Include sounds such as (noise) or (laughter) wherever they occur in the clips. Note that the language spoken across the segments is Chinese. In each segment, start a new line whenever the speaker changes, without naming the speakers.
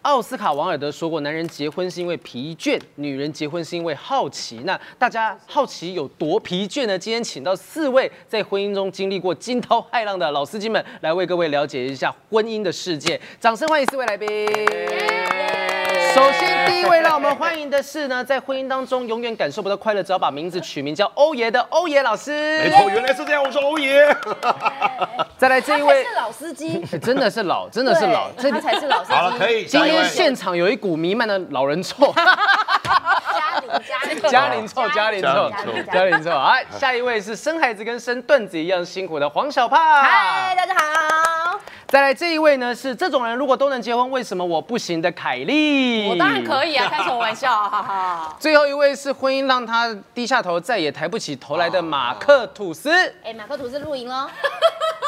奥斯卡·王尔德说过，男人结婚是因为疲倦，女人结婚是因为好奇。那大家好奇有多疲倦呢？今天请到四位在婚姻中经历过惊涛骇浪的老司机们，来为各位了解一下婚姻的世界。掌声欢迎四位来宾。首先，第一位让我们欢迎的是呢，在婚姻当中永远感受不到快乐，只要把名字取名叫欧爷的欧爷老师。
没错，原来是这样。我说欧爷，
再来这一位
他才，是老司机，
哎真的是老，真的是老。
对
这
他才是老司机。
好了，可以。
今
下一
天
位
现场有一股弥漫的老人臭。
嘉玲，嘉玲，
(laughs) 嘉玲
(laughs)
臭，嘉玲臭
嘉
玲，臭
(laughs) 嘉玲臭。哎，下一位是生孩子跟生段子一样辛苦的黄小
嗨，
胖。
大家好，
再来这一位呢是这种人如果都能结婚，为什么我不行的凯莉？
我当然可
以。
以啊，开什么玩笑啊，哈哈！
(laughs) 最后一位是婚姻让他低下头，再也抬不起头来的马克吐斯。
哎，马克吐是露营喽，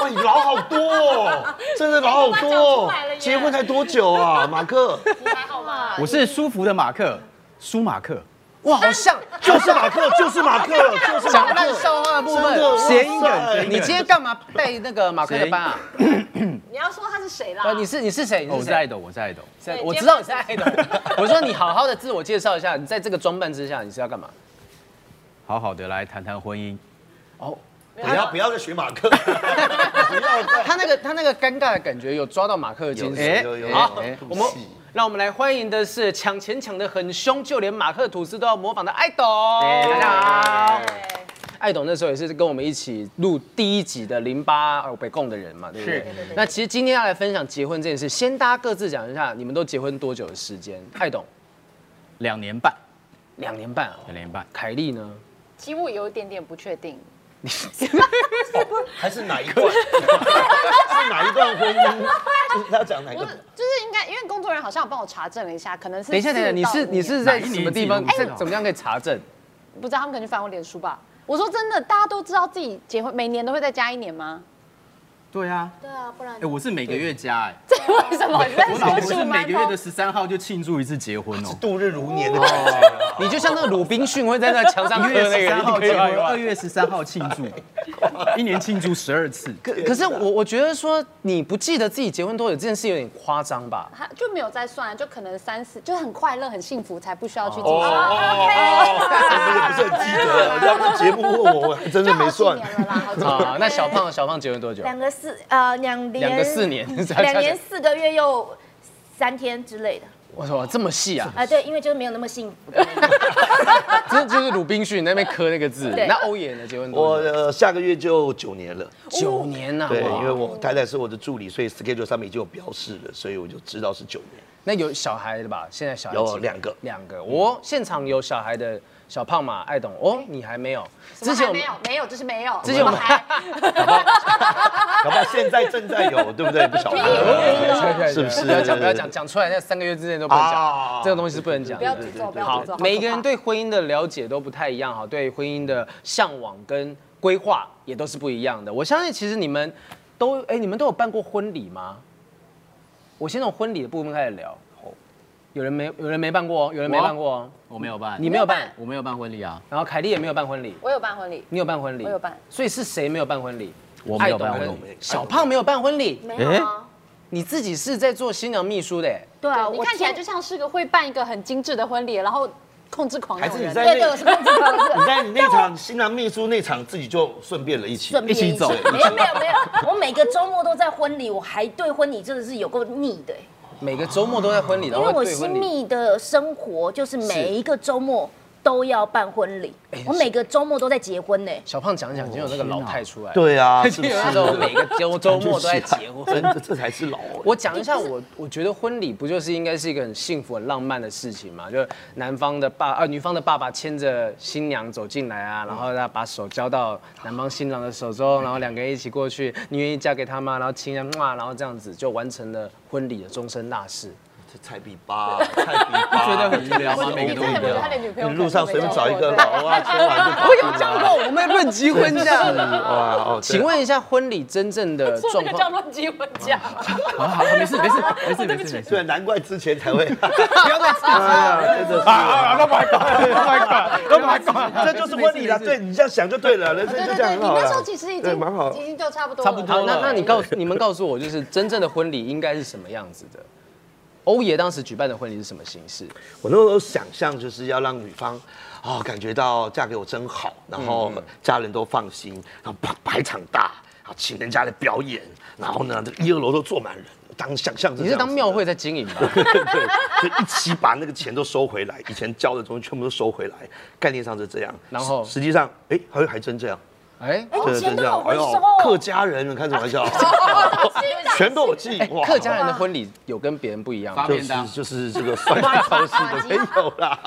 哇，你老好多哦，真的老好多
哎我把它讲出
哦
来了。耶
结婚才多久啊，马克？
你还好吗？
我是舒服的马克，舒马克，
哇，好像
就是马克，就是马克，就是
讲
马
烂
克。
笑话的部 (laughs)
真的
分。
谐音梗
哇塞
谐音梗
你今天干嘛带那个马克的班啊？
你要说他是谁啦
啊，你是你是谁？你
哦我
是
是爱
谁？
豆，我是爱豆。
是
对
我
今天
知道你是爱豆。我说你好好的自我介绍一下，你在这个装扮之下你是要干嘛？
好好的来谈谈婚姻，
哦，
不要不要再学马克，不要再。
他那个他那个尴尬的感觉有抓到马克的精
哎
髓。
有有
好
有，
我们
是
让我们来欢迎的是抢钱抢得很凶，就连马克吐斯都要模仿的爱董。
哎
大家好，爱董那时候也是跟我们一起录第一集的零八呃北共的人嘛，对不对？那其实今天要来分享结婚这件事，先大家各自讲一下，你们都结婚多久的时间？爱董
两年半，
两年半啊。
两年半，
凯莉呢？
其实我有一点点不确定，
还是哪一段？是哪一段婚姻？就是他讲哪一
我
个
是？就是应该，因为工作人员好像有帮我查证了一下，可能是
等一下，等一下，你是
四到五
你是
年
在
哪一
什
年
么地
级
方？
我不知
在
道
怎么样可以查证？
不知道他们可能去翻我脸书吧？我说真的，大家都知道自己结婚每年都会再加一年吗？
对啊，
对啊，不然
哎，我是每个月加，哎，
这为什么？你在
我老
说
婆
出
是每个月
馒
的
头？
十三号就庆祝一次结婚哦，
度日如年的感觉。
你就像那个鲁滨逊会在那个墙上刻
一
那个
月十三号结婚，二
人。
月十三号庆祝，一年庆祝十二次，
可可
啊
是我我觉得说你不记得自己结婚多久这件事有点夸张吧？
他就没有再算，就可能三四，就是很快乐、很幸福，才不需要去计
哦哦哦，我
算。
真的不是很记得了。他们节目问我，我还真
就
的
好
没
几
算
年。了啦，好几年。
啊，那小胖小胖结婚多
(laughs)
久？
两个四呃两年，嗯
两个四年
两年四个月又三天之类的
我说哇这么细啊，
啊，对，因为就是没有那么幸福。
这就是鲁滨逊那边刻那个字。
对
那欧爷呢？结婚
我
多久？
呃下个月就九年了。
九年呐，
对，
哇
因为我太太是我的助理，所以 schedule 上面已经有标示了，所以我就知道是九
(laughs)
年。
那有小孩的吧？现在小孩
有
几
两个
两个。我现场有小孩的小胖嘛，爱董哦，你还没有？之前
还
我
没
们
有，没有，就是没有。
之前我们
还
搞不好现在正在有，对不对？不
(laughs)
晓得， (laughs) 是不是？
不要讲，不要讲，讲出来那三个月之内都不能
啊
讲，这个东西是不能讲
不要
的。
诅咒，不要
好
诅咒。，
每一个人对婚姻的了解都不太一样哈，对婚姻的向往跟规划也都是不一样的。我相信其实你们都哎，你们都有办过婚礼吗？我先从婚礼的部分开始聊。有人没有人没办过哦，有人没办过哦，
我没有办，
你没有办，
我没有办婚礼啊，
然后凯莉也没有办婚礼，
我有办婚礼，
你有办婚礼，
我有办，
所以是谁没有办婚礼？
我没有办
爱董
婚
跟
礼
小胖没有办婚礼，
没有啊，
你自己是在做新娘秘书的哎，
对啊，
你
我
看起来就像是个会办一个很精致的婚礼，然后控制狂那
还是
种
你
人。
在
对对，我是
那，
控制狂，
(laughs)
我是
你在你那场新郎秘书那场自己就顺便了一起，
顺便
一起走
没有没有没有， (laughs) 我每个周末都在婚礼，我还对婚礼真的是有够腻的欸、
每个周末都在婚礼，然
因为
后
我
对
新
婚礼。
密的生活就是每一个周末都要办婚礼，我每个周末都在结婚呢、
小胖讲讲，已经有那个老太出来了。
对啊，
基本上都每个周周末都在结
真
婚。
的这才是老。
(laughs) 我讲一下我，我觉得婚礼不就是应该是一个很幸福、很浪漫的事情嘛？就是男方的爸啊，女方的爸爸牵着新娘走进来啊，然后他把手交到男方新郎的手中，然后两个人一起过去，你愿意嫁给他吗？然后亲啊，哇然后这样子就完成了婚礼的终身大事。
这菜比八，菜比八，
觉得很
(laughs)
无聊吗？每个
你
都
真的
无
很有他
聊
的。女朋友。
路上随便找一个 (laughs) 老啊，今晚就
我有讲过，我们论及婚嫁了。
啊
哇哦，
请问一下，婚礼真正的
做
状
那个叫
况？
乱结婚
(laughs)
假，
好啊好，没事没事没事没事
对，
没事，
难怪之前才会， (laughs) 不要再吵了，真的是。
老板老板老板
这就是婚礼了，对你这样想就对了，人生
对
就
对
这样
对，
很
你
好了。啊
那时候其实已
对
经
蛮好。
已经就差不多了，
哦
差不多
好，
了
那那你告诉你们告诉我，就是真正的婚礼应该是什么样子的？欧爷当时举办的婚礼是什么形式？
我那时候想象就是要让女方，哦，感觉到嫁给我真好，然后
嗯
家人都放心，然后排排场大，啊，请人家来表演，然后呢，这个一二楼都坐满人，当想象是
你
这
是
样
当
子
庙
的
会在经营
(laughs)
吧？
对，就一起把那个钱都收回来，以前交的东西全部都收回来，概念上是这样。
然后
实实际上，哎，好像还真这样，
哎，
哎，
真的
钱
真这
都有
样。
回收
呦
哦，
客家人，你开什么
(laughs)
玩笑？全都有计划。
啊哎客家人的婚礼有跟别人不一样吗？
发
就
便
是
当
就是这
(laughs)
个酸菜超市的没有啦，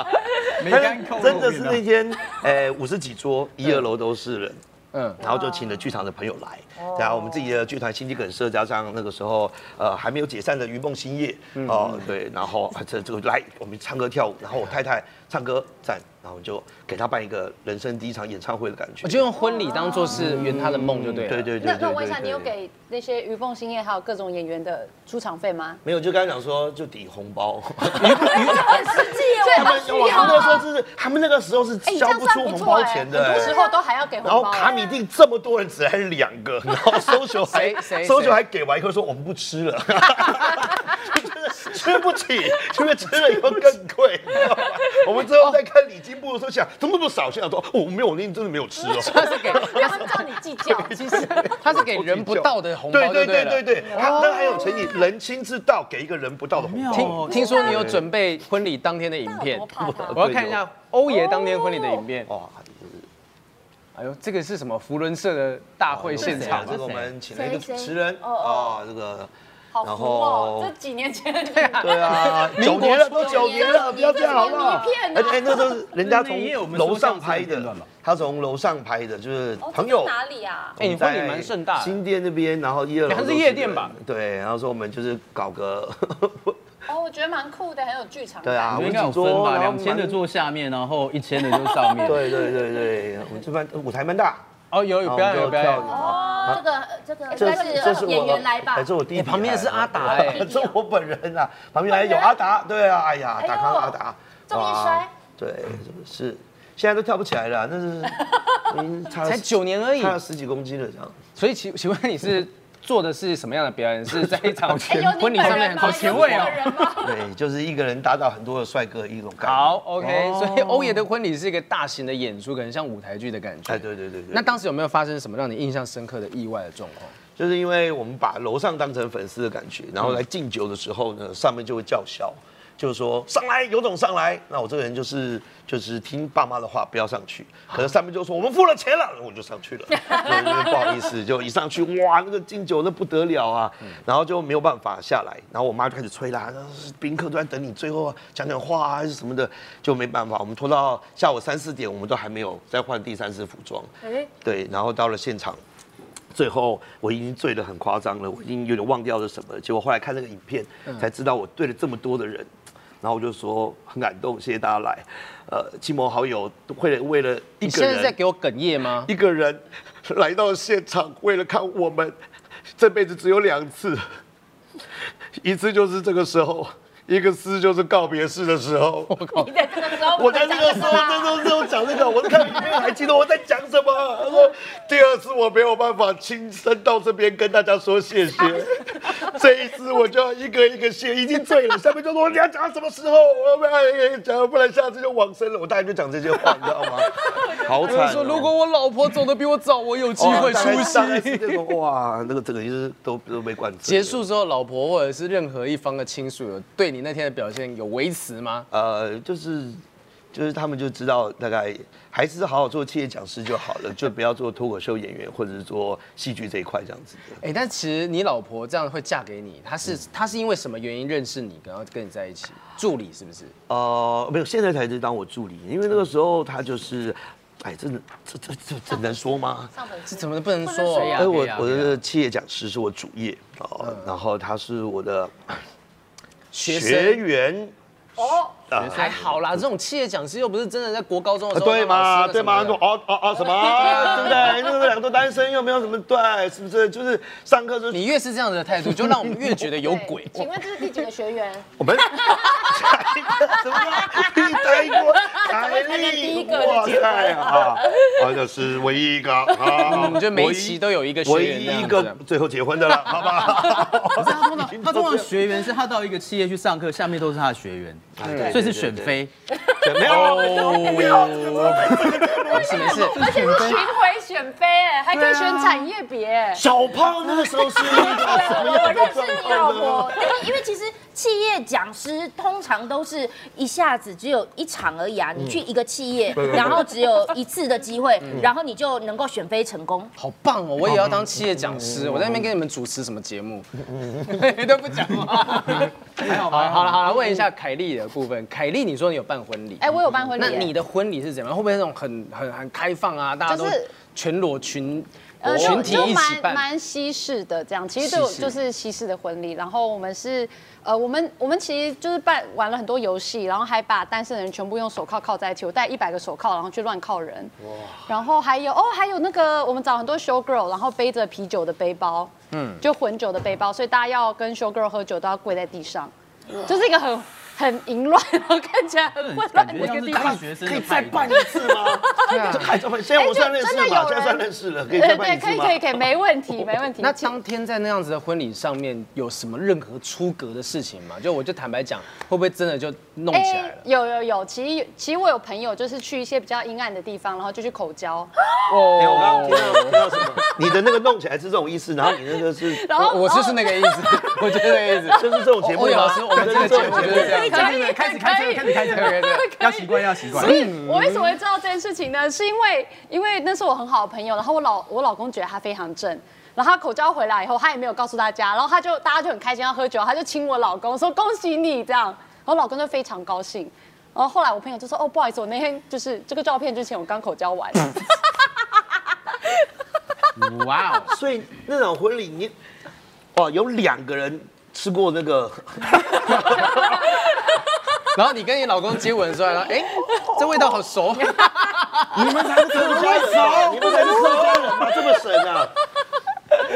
梅干扣肉啊
真的是那
便
天，哎，五十几桌，一二楼都是人。
嗯，
然后就请了剧场的朋友来，
哦
然后我们自己的剧团新剧梗社加上那个时候呃还没有解散的云梦新业
嗯
哦对，然后啊这这个来我们唱歌跳舞，然后我太太唱歌赞，然后就给她办一个人生第一场演唱会的感觉
我。就用婚礼当做是圆他的梦就对了。
嗯对对对对
哦那那
对
我问一下，
对
你有给那些于凤新业还有各种演员的出场费吗？
没有？就刚才讲说就抵红包，
很实际
(laughs) 他
耶，
们我他们那时候就是他们那个时候是
啊哎，你这
交
样
不
算
出
不
红
错
包
哎，
钱
很
的、
多时候都还要给红
然后
啊
包
卡
哎。
米蒂这么多人只来两
(laughs)
个，然后搜球还
谁谁
搜球
谁
还给完一个说我们不吃了， (laughs) 就是吃不起，因为吃了以后更贵。你知道吗我们之后在看礼金部的时候想怎么那么少，现在说哦没有，我那天真的没有吃 (laughs) 哦。
他是给
不要哎叫你计较，其实
他是给人不到的红包
对
就
对
对了哦
对对。对，他那还有成语“人亲自到”，给一个人不到的红包。
听听说你有准备婚礼当天的影片
那我多怕
呃
他，
我要看一下欧爷当天婚
哦
礼的影片。
哇，
哎呦，这个是什么？福伦社的大
哦
会现场
这
啊，
个我们请了一个主
谁谁
持人
哦
啊，这个
好
然
服
后
哦，这几年前的
对啊，九年了，都九年了，不要这样好不好？
你
而
这是迷片啊
哎且那都
(laughs)
是人家从
那也有我们说
楼上拍
相声的片
的
段吧，
他从楼上拍的，就是
哦
朋
这
友
是。哪里啊？
哎你婚礼蛮盛大的
新店那边，然后一二楼
还是
都
夜店吧
人？对，然后说我们就是搞个， (laughs)
哦，我觉得蛮酷的，很有剧场感。
对啊，
当，
五
应该有
几
分
桌
吧？
然后
两千的
蛮，
坐下面，然后一千的就上 (laughs) 面。
对对对对，我们这边舞台蛮大，
哦，有有
然后
表
我
演
们
有
就
表
跳
演。
舞。
哦，这个这个应
这
该
是
是
这是我
演员来吧
哎？这我弟弟
哎
来，
旁边是阿
(laughs)
达哎
这我本人啊，旁边还有阿达，对啊，哎呀，
呦
达康阿达，
这么一
哇
摔，
对，是，现在都跳不起来了，那
(laughs)
是已经差了
才
十
九年而已
差了十几公斤了这样。
所以请请问你是做的是什么样的表演？是在一场
哎有你
婚礼上面很
好
前卫哦。
哦。
对，就是一个人打倒很多的帅哥一种感觉。
好，OK，所以欧爷的婚礼是一个大型的演出，可能像舞台剧的感觉。
哎，对对对对。
那当时有没有发生什么让你印象深刻的意外的状况？
就是因为我们把楼上当成粉丝的感觉，然后来敬酒的时候呢，上面就会叫嚣，就是说上来有种上来。那我这个人就是就是听爸妈的话，不要上去。可是上面就说我们付了钱了，我就上去了，对因为不好意思，就一上去哇，那个敬酒那不得了啊，然后就没有办法下来，然后我妈就开始催啦，哎宾客都在等你，最后讲讲话啊还是什么的，就没办法，我们拖到下午三四点，我们都还没有再换第三次服装。对，然后到了现场。最后我已经醉得很夸张了，我已经有点忘掉了什么了。结果后来看那个影片，
嗯
才知道我对了这么多的人，然后我就说很感动，谢谢大家来，呃，亲朋好友都会为了一
你
个
现在是在
人
给我哽咽吗？
一个人来到现场，为了看我们，这辈子只有两次，一次就是这个时候，一个次就是告别式的时候。
你在这个时候，
(laughs) 我在那个时候，那时候是我讲那个，我看里面还记得我在讲什么。啊他说第二次我没有办法亲身到这边跟大家说谢谢，这一次我就要一个一个谢，已经醉了。下面就说你要讲到什么时候，我们要讲，不然下次就往生了。我大概就讲这些话，你知道吗？好
有人说，如果我老婆走得比我早，我有机 (laughs) 会出
这
席。
种哇，那个整个就是都都被灌醉
结
了。
束之后，老婆或者是任何一方的亲属有对你那天的表现有维持吗？
呃，就是就是他们就知道大概还是好好做企业讲师就好了，就不要做脱口秀演员或者是做戏剧这一块这样子的。
哎、但其实你老婆这样会嫁给你，她是她是因为什么原因认识你，然后跟你在一起？助理是不是？
呃，没有，现在才是当我助理，因为那个时候他就是，哎，真的，这这这这能说吗？
上粉丝
这怎么不能说？啊呃
呀
哎，
对
我
呀
我
对呀
的企业讲师是我主业哦，然后他是我的
嗯学
学
生
员
哦，
啊
还好啦，这种企业讲师又不是真的在国高中的时候
对
当老
嘛，
师
对嘛，
什
那
么
种
的
哦哦哦什么， (laughs) 对不对？那个两个都单身，又没有什么对，是不是？就是上课就
你越是这样的态度，就让我们越觉得有鬼哦
(laughs) 对。请问这是第几个学员？
我们下一个怎么样？一台国台
能第一
历，
个就
哇塞啊！好像是唯一一个啊，
我们就每一期都有一个学
唯
员这
一
样
一
子
个最后结婚的了，好吧？
可是他通常他通常学员是他到一个企业去上课，下面都是他的学员，
对
所以是选妃。
没有，
没事没事，
而且是巡回选妃，哎，还可以选产业别，哎
小胖那个时候是一个什么样的状况
(laughs)
呢？
哎因为其实企业讲师通常都是一下子只有一场而已啊，你去一个企业，然后只有一次的机会，
嗯
然后你就能够选妃成功。
好棒哦！我也要当企业讲
嗯
师，我在那边跟你们主持什么节
(laughs)
目，都不讲话。
还好
好了
吧？
好了好了，问一下凯莉的部分。凯莉，你说你有办婚礼，
哎，我有办婚礼，
那
哎
你的婚礼是怎么样？会不会那种很很很开放啊？大家都
就是
全裸群
呃，就
哦群体
就
一起
蛮
办？
蛮西式的这样，其实就
西式
就是西式的婚礼。然后我们是呃，我们我们其实就是办玩了很多游戏，然后还把单身的人全部用手铐铐在一起，我带一百个手铐，然后去乱铐人。然后还有哦，还有那个我们找很多 show girl，然后背着啤酒的背包，嗯，就混酒的背包，所以大家要跟 show girl 喝酒都要跪在地上，就是一个很很淫乱，然后看起来很混乱
感
的
觉
一个
像是
地
大
方。
学生
可
的
以
派
再
对
办一次吗？这还这办？现在我算认识嘛，现在算认识了，可以再
对
办
(laughs) 对，
一
可
次
以
吗
可？以可以，没问题没问题。
那
其实
当天在那样子的婚礼上面有什么任何出格的事情吗？就我就坦白讲，会不会真的就弄起来了？
哎有有有，其实其实我有朋友就是去一些比较阴暗的地方，然后就去口
(laughs)
交，
没有，我刚刚听到听到什么？你的那个弄起来是这种意思，然后你那个是
然后
我我就是
哦
那个意思， (laughs) 我就是那个意思。
就是这种节目
欧阳
吗
老师，？我们这个节目就是这样。
开始开始开车，开始开车，开始要习惯要习惯。
嗯
(laughs) 我为什么会知道这件事情呢？是因为因为那是我很好的朋友，然后我老我老公觉得他非常正。然后他口交回来以后，他也没有告诉大家，然后他就大家就很开心要喝酒，啊他就亲我老公说恭喜你这样，然后我老公就非常高兴。然后后来我朋友就说哦不好意思，我那天就是这个照片之前我刚口交完，
哇哦！
所以那场婚礼你，哦，有两个人吃过那个，
然后你跟你老公接吻的时候，然后哎，这味道好熟。啊
(laughs)
你们才是真的
为什么你们才是客家人吧？这么神啊！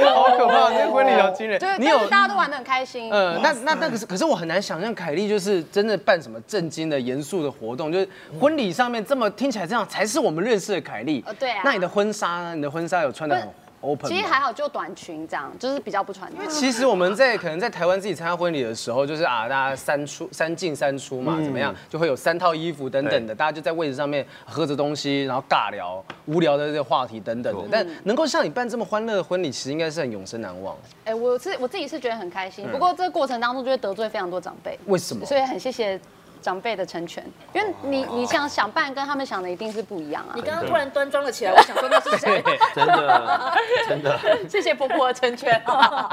好可怕！这个婚礼好惊人
对，。
你
但
有
是大家都玩得很开心。
呃，那那那可是可是我很难想象凯莉就是真的办什么正经的、严肃的活动，就是婚礼上面这么听起来这样才是我们认识的凯莉。
哦对啊
那你的婚纱呢？你的婚纱有穿的很
不是
open 吗
其实还好，就短裙这样，就是比较不传统。
其实我们在可能在台湾自己参加婚礼的时候，就是啊，大家三出三进三出嘛，怎么样，就会有三套衣服等等的，大家就在位置上面喝着东西，然后尬聊无聊的这个话题等等的。但能够像你办这么欢乐的婚礼，其实应该是很永生难忘。
哎、我是我自己是觉得很开心，不过这个过程当中就会得罪非常多长辈，
为什么
所以很谢谢长辈的成全，因为你你想想办跟他们想的一定是不一样啊
你。刚刚突然端庄了起来，我想说那是谁？
真的，真的，
谢谢婆婆的成全，
(laughs)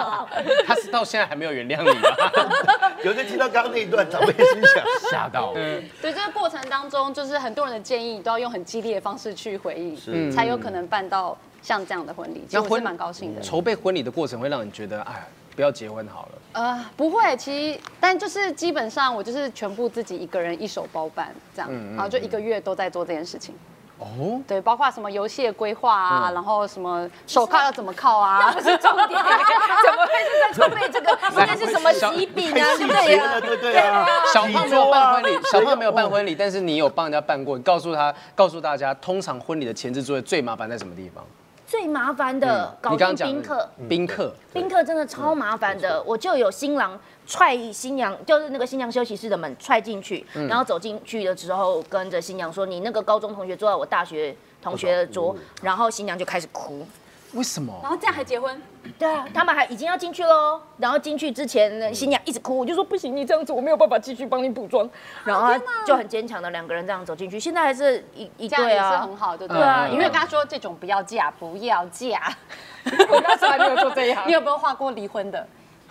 他是到现在还没有原谅你吧？ (laughs)
有人听到刚刚那一段，长辈心想，
吓到我。
对这个过程当中，就是很多人的建议都要用很激烈的方式去回应，才有可能办到像这样的婚礼，其实我是蛮高兴的。
筹备婚礼的过程会让你觉得，哎，不要结婚好了。
呃，不会，其实但就是基本上我就是全部自己一个人一手包办这样，然后就一个月都在做这件事情。
哦，
对，包括什么游戏的规划啊，然后什么手铐要怎么铐啊， (laughs)
不是重点，怎么会是在筹备这个？应该是什么喜饼啊，对不对
天
呀
啊，？对对啊，
小胖没有办婚礼，小胖没有办婚礼，但是你有帮人家办过。你告诉他，告诉大家，通常婚礼的前置作业最麻烦在什么地方？
(laughs) 最麻烦的呃
嗯
搞
你刚刚
定
讲
宾客
的，宾客，
宾客真的超麻烦的。我就有新郎踹新娘，就是那个新娘休息室的门踹进去，
嗯
然后走进去了之后，跟着新娘说：“你那个高中同学坐在我大学同学的桌。”
嗯
然后新娘就开始哭。
为什么？
然后这样还结婚，
对啊，他们还已经要进去喽，然后进去之前呢，新娘一直哭，我就说不行，你这样子我没有办法继续帮你补妆，然后她就很坚强的两个人这样走进去，现在还是一一
这样
对
也是
啊
很，好的，
对啊
因为跟他说这种不要嫁，不要嫁。
我那时候还没有做这一
你有没有画过离婚的？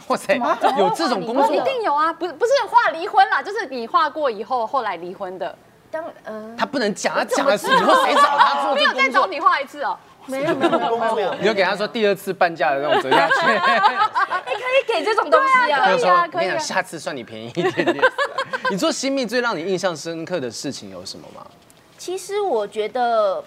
哇塞，有这种工作
一，定有啊，不是不是画离婚啦，就是你画过以后，后来离婚的，
当呃
他不能讲，他讲了是以后谁找他做
没
这
有
个
再
工
找
作？
你画一次哦。
没有没 (laughs) 有没有，
工作
你就给他说第二次半价的那种折下去。
哎可以给这种东西
对啊可
啊
以， (laughs)
他说：“我
可
跟
以
你
啊
讲，下次算你便宜一点点。你做新密最让你印象深刻的事情有什么吗？
其实我觉得。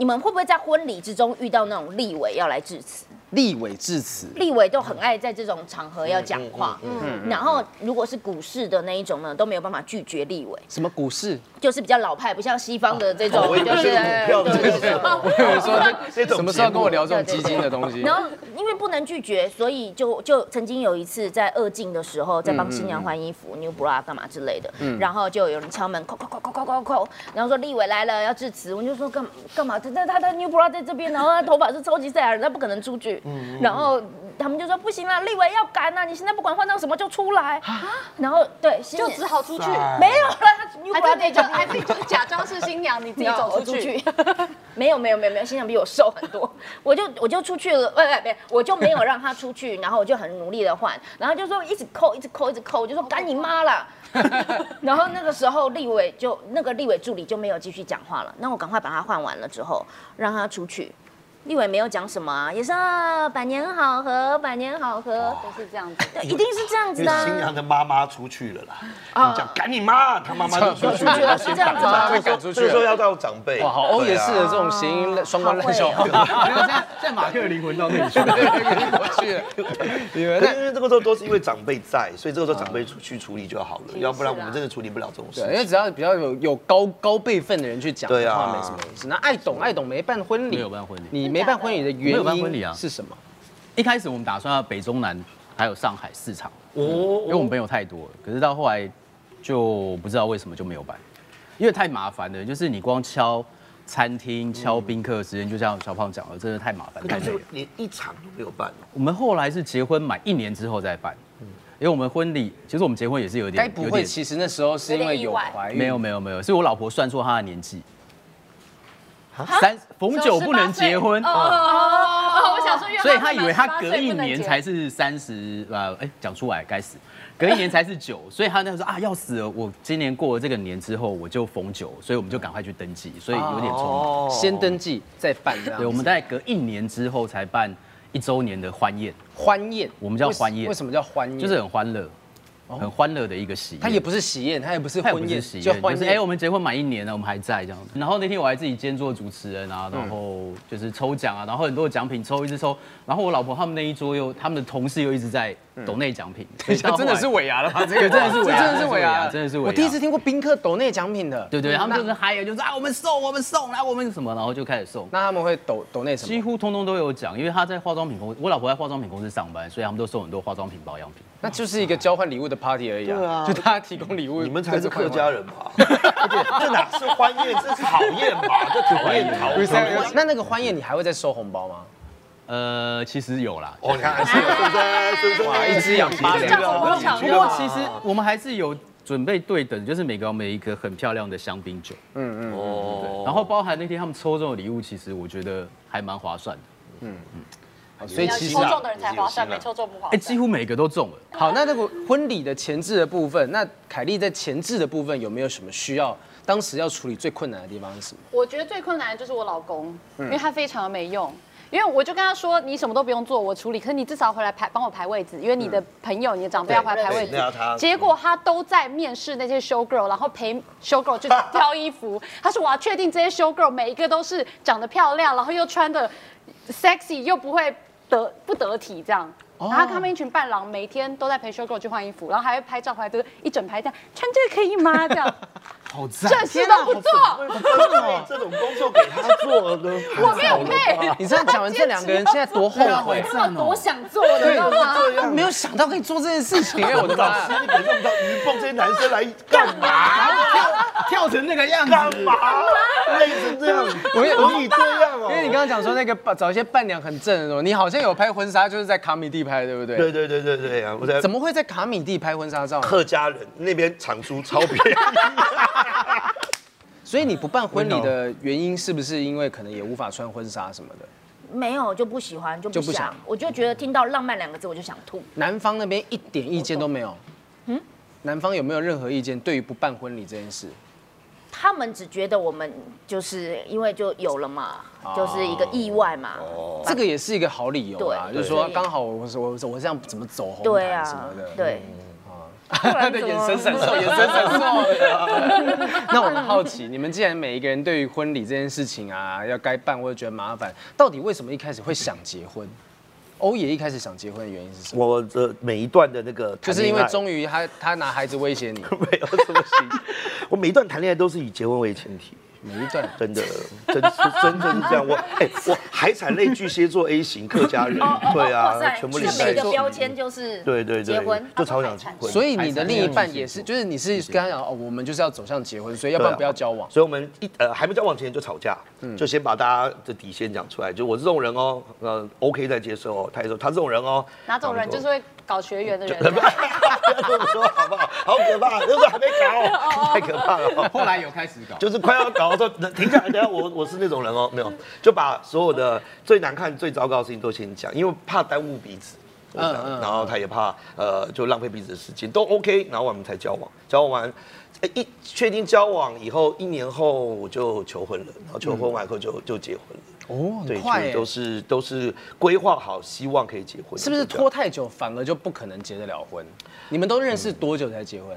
你们会不会在婚礼之中遇到那种立委要来致辞？
立委致辞，
立委都很爱在这种场合要讲话，嗯，然后如果是股市的那一种呢，都没有办法拒绝立委，
什么股市？ (laughs)
就是比较老派，不像西方的这种，
哦我以为
就是是
股票
对对对
我以为说
这种
什么时候跟我聊这种
节目
基金的东西？
然后因为不能拒绝，所以就就曾经有一次在二进的时候，在帮新娘换衣服、new bra 干嘛之类的，然后就有人敲门，扣扣扣扣扣扣扣，然后说立伟来了要致辞，我就说干干嘛？他他他的 new bra 在这边，然后他头发是超级赛亚人，他不可能出去，然后。他们就说不行啦，立伟要赶啊！你现在不管换到什么就出来，然后对，新
就只好出去，
没有了，他 new
还
bra
自
在
己就
这
还自己就假装是新娘，你自己走出去。
我出去没有没有没有没有，新娘比我瘦很多， (laughs) 我就我就出去了，喂喂喂，我就没有让她出去，然后我就很努力的换，然后就说一直扣一直扣一直扣，我就说赶你妈啦。 (laughs) 然后那个时候立委就那个立委助理就没有继续讲话了，那我赶快把她换完了之后让她出去。立委没有讲什么啊，也是啊，百年好合，百年好合，
就是这样子，
对，一定是这样子
因
的
为
啊。
新娘的妈妈出去了啦，你
啊
讲赶你妈，她妈妈就出去
出去了
了，
是这啊样子吗
被赶出去了
这个时候要到长辈，
哇，好欧
对
也
啊
是的这种谐音 (laughs) 双关烂笑话，
然后现在现在马克的灵魂到那里去了。
我去了，你们
可
那
是因为这个时候都是因为长辈在，所以这个时候长辈出去处理就好
啊
了，要不然我们真的处理不了这种事
对，。因为只要比较有有高高辈分的人去讲
对
的
啊
话，没什么意思。那爱懂爱懂没办婚礼，
没有办婚礼
你没办婚礼的原因
没有办婚礼啊
是什么？
一开始我们打算要北中南还有上海四场，因为我
哦，
们朋友太多了，可是到后来就不知道为什么就没有办，因为太麻烦了，就是你光敲餐厅、敲宾客的时间，就像小胖讲的，真的太麻烦，太
但
累
是
了。
连一场都没有办哦，
我们后来是结婚满一年之后再办，因为我们婚礼，其实我们结婚也是有点，
该不
有
会
点
其实那时候是因为有
有点意外
怀孕？
没有没有没有，是我老婆算错她的年纪。三逢九不能结
(laughs)
婚，
哦
哦，我想说，
所以他以为他隔一年才是三十，呃，哎，讲出来该死，隔一年才
(laughs)
是九，所以他那时候啊要死了，我今年过了这个年之后我就逢九，所以我们就赶快去登记，所以有点匆忙。
哦
先登记再办这样子。
对，我们在隔一年之后才办一周年的欢宴，
欢宴，
我们叫欢宴
为什么叫欢宴？
就是很欢乐，很欢乐的一个喜宴。
它也不是喜宴，它也不是
他也
婚
不
宴，
是喜
就
宴，就
欢
是
宴。(laughs)
哎、我们结婚满一年了，我们还在这样子。然后那天我还自己兼做主持人啊，然后就是抽奖啊，然后很多奖品抽一直抽。然后我老婆他们那一桌又，他们的同事又一直在抖内奖品，
等一下，真的是
我。
尾牙了 (laughs) 吗？这
对真的是尾啊
这
牙
真的是尾牙，
真的是尾牙啊
我第一次听过宾客抖内奖品的，
对对，他们就是
那
嗨了，就是啊，我们送，我们送，来我们什么，然后就开始送。
那他们会抖抖内什
几
么？
乎通通都有奖，因为他在化妆品公司，我老婆在化妆品公司上班，所以他们都送很多化妆品保养品。
那就是一个交换礼物的 party 而已
对
啊，
啊
就大家提供礼物，
你们才是客家
人。
人吧？ (laughs) 而且这哪是欢宴，这是讨厌吧？这讨厌讨
不是
厌。
那那个欢宴你还会再收红包吗？
呃，其实有啦，
哦，你看，是有孙生，孙生
哇一只羊八两
不过其实我们还是有准备对等，就是每个我们有一个很漂亮的香槟酒。
哦
然后包含那天他们抽中的礼物，其实我觉得还蛮划算的。
所以其实
抽
啊
中的人才划算，没抽中不划
哎，
算。
几乎每个都中了。
好，那那个婚礼的前置的部分，那凯莉在前置的部分有没有什么需要？当时要处理最困难的地方是什么？
我觉得最困难的就是我老公，
嗯
因为他非常的没用。因为我就跟他说，你什么都不用做，我处理。可是你至少回来排帮我排位置，因为你的朋友、你的长辈要回来排位
嗯对
置
对那要他。嗯
结果他都在面试那些 show girl，然后陪 show girl 去挑
(laughs)
衣服。他说我要确定这些 show girl 每一个都是长得漂亮，然后又穿的 sexy，又不会得不得体这样。
哦
然后他们一群伴郎每天都在陪 show girl 去换衣服，然后还会拍照回来，就是一整排这样，穿这个可以吗？这
(laughs)
样
好赞
这事都不做。
这种工作给他做呢？
我没有配，
你这样讲完，这两个人现在多后悔，哦
他
哦
们多想做的，你知
(laughs)
道吗？
没有想到可以做这件事情哎，我的
老
妈
师，！你给弄到鱼蹦这些男生来干嘛？
跳成那个样
干嘛？累成这样，
我也
可以这样哦？
因为你刚刚讲说那个伴找一些伴娘很正的时候，你好像有拍婚纱，就是在卡米地拍，对不对？
对对对对对啊！我在
怎么会在卡米地拍婚纱照呢？
客家人那边场租超便宜，
所以你不办婚礼的原因，是不是因为可能也无法穿婚纱什么的？
没有就不喜欢，就不
就不想
想，我就觉得听到浪漫两个字我就想吐。
男方那边一点意见都没有。嗯，男方有没有任何意见对于不办婚礼这件事？
他们只觉得我们就是因为就有了嘛，
哦
就是一个意外嘛。
这个也是一个好理由啦，
哦对
就是说
对
刚好我我我这样怎么走红
对
毯什么
啊
的，， (laughs) 嗯
对，
他的眼神闪烁，(laughs)
(laughs)
眼神闪烁。那我们好奇，你们既然每一个人对于婚礼这件事情啊，要该办或者觉得麻烦，到底为什么一开始会想结婚？欧爷一开始想结婚的原因是什么？
我的每一段的那
就
个谈
是因
恋
为
爱，
终于他他拿孩子威胁你，
没有什么心，我每一段谈恋爱都是以结婚为前提。
每一
(laughs)
段
真的，真是真的是这样。我哎、我海产类巨蟹座 A 型客家人，对啊，全部
这
连
每
在
一
一
个
起。
标签就是
嗯对对对，
结婚啊
就超想结婚。
所以你的另一半也是，就是你是跟他讲哦，我们就是要走向结婚，所以要不
对啊
然不要交往。
所以我们一呃还没交往前就吵架，就先把大家的底线讲出来。就我是这种人哦，呃 OK 再接受哦。他也说他这种人哦，
哪种人就是会搞学员的啊人？
不 (laughs) 要这么说好不好？好可怕，就是还没搞，太可怕了哦。
后来有开始搞，
就是快要搞的时候，停下来，等一下我我是那种人哦，没有，就把所有的最难看、最糟糕的事情都先讲，因为怕耽误彼此。
嗯
嗯
嗯
嗯，然后他也怕呃，就浪费彼此的时间，都 OK，然后我们才交往，交往完，哎一确定交往以后，一年后我就求婚了，然后求婚完以后就就结婚了，
哦，
对，
很
所
快
以
耶
都是都是规划好，希望可以结婚，
是不是
就这样
拖太久反而就不可能结得了婚？你们都认识多久才结婚？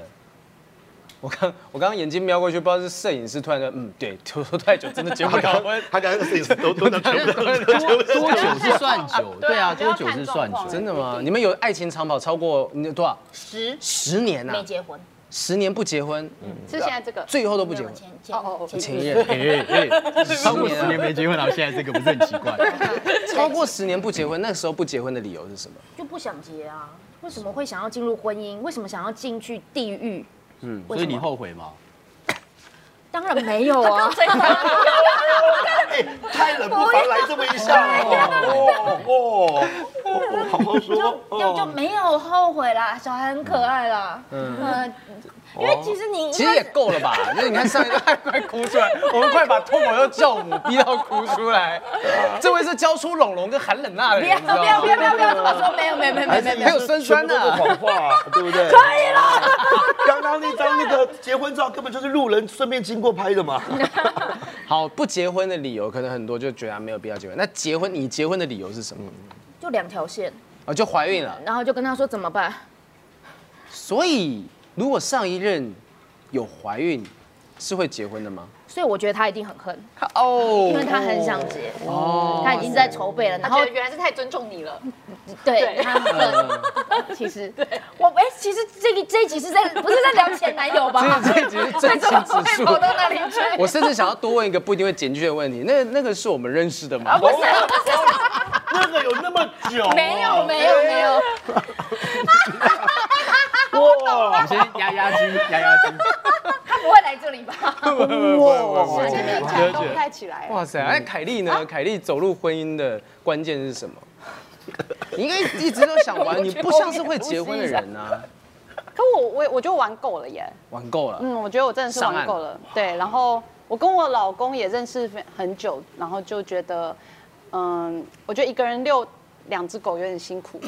我刚我刚刚眼睛瞄过去，不知道是摄影师突然说，嗯，对，拖拖太久真的结不了
(laughs)
婚。
他讲那个事情都都能全部都
多多久是算久？对啊，多久是算久？
真的吗？你们有爱情长跑超过你有多少？
十
十年呐、
没
啊？
结婚，
十年不结婚，
是现在这个。
最后都不
没
结
有
婚。
前
哦哦哦
前
前
前
一
任
任
哎哎，超过十
十年
年没结婚，然后现在这个不是很奇怪？
超过十年不结婚，那时候不结婚的理由是什么？
就不想结啊？为什么会想要进入婚姻？为什么想要进去地狱？嗯，
所以你后悔吗？
当然没有啊，
哎，太冷不防来这么一下，哦哦，哦好好说，
就就就
哦，
没有后悔啦，小孩很可爱啦。嗯，因为其实你一
其实
开
也
始
够了吧？就是你看上一个他快哭出来，我们快把脱口秀教母逼到哭出来。这位是教出龙龙跟韩冷娜的
不要
人，你
不
知道吗
要不要不要不要这么说，没有没有没有没有没有没
还
有，
有生酸
的
呢
谎话，对不对？可以了。 (laughs) 刚刚那张那个结婚照根本就是路人顺便经过拍的嘛。
好，不结婚的理由可能很多，就觉得没有必要结婚。那结婚，你结婚的理由是什么？
就两条线，
啊，就怀孕了。
然后就跟他说怎么办？
所以，如果上一任有怀孕，是会结婚的吗？
所以我觉得他一定很恨，因为
哦，
他很想结，他已经在筹备了，
他
然后
觉得原来是太尊重你了，
对
对
他很恨。其实我哎，其实这个这一集是在不是在聊前男友
(laughs)
吧？
这这只是真情
(laughs)
指数
跑。到那里去？
我甚至想要多问一个不一定会剪去的问题，那那个是我们认识的吗？
啊哦那个有那么久？啊
没有没有没有，
我
哇！
们先压压惊，压压惊。
他不会来这里吧？
我前面讲都不太起来。
哇塞，那凯莉呢？凯莉走入婚姻的关键是什么？你应该一直都想玩，你不像是会结婚的人啊，
可我我我就玩够了耶，
玩够了。
嗯，我觉得我真的是玩够了。对，然后我跟我老公也认识很久，然后就觉得，嗯，我觉得一个人遛两只狗有点辛苦，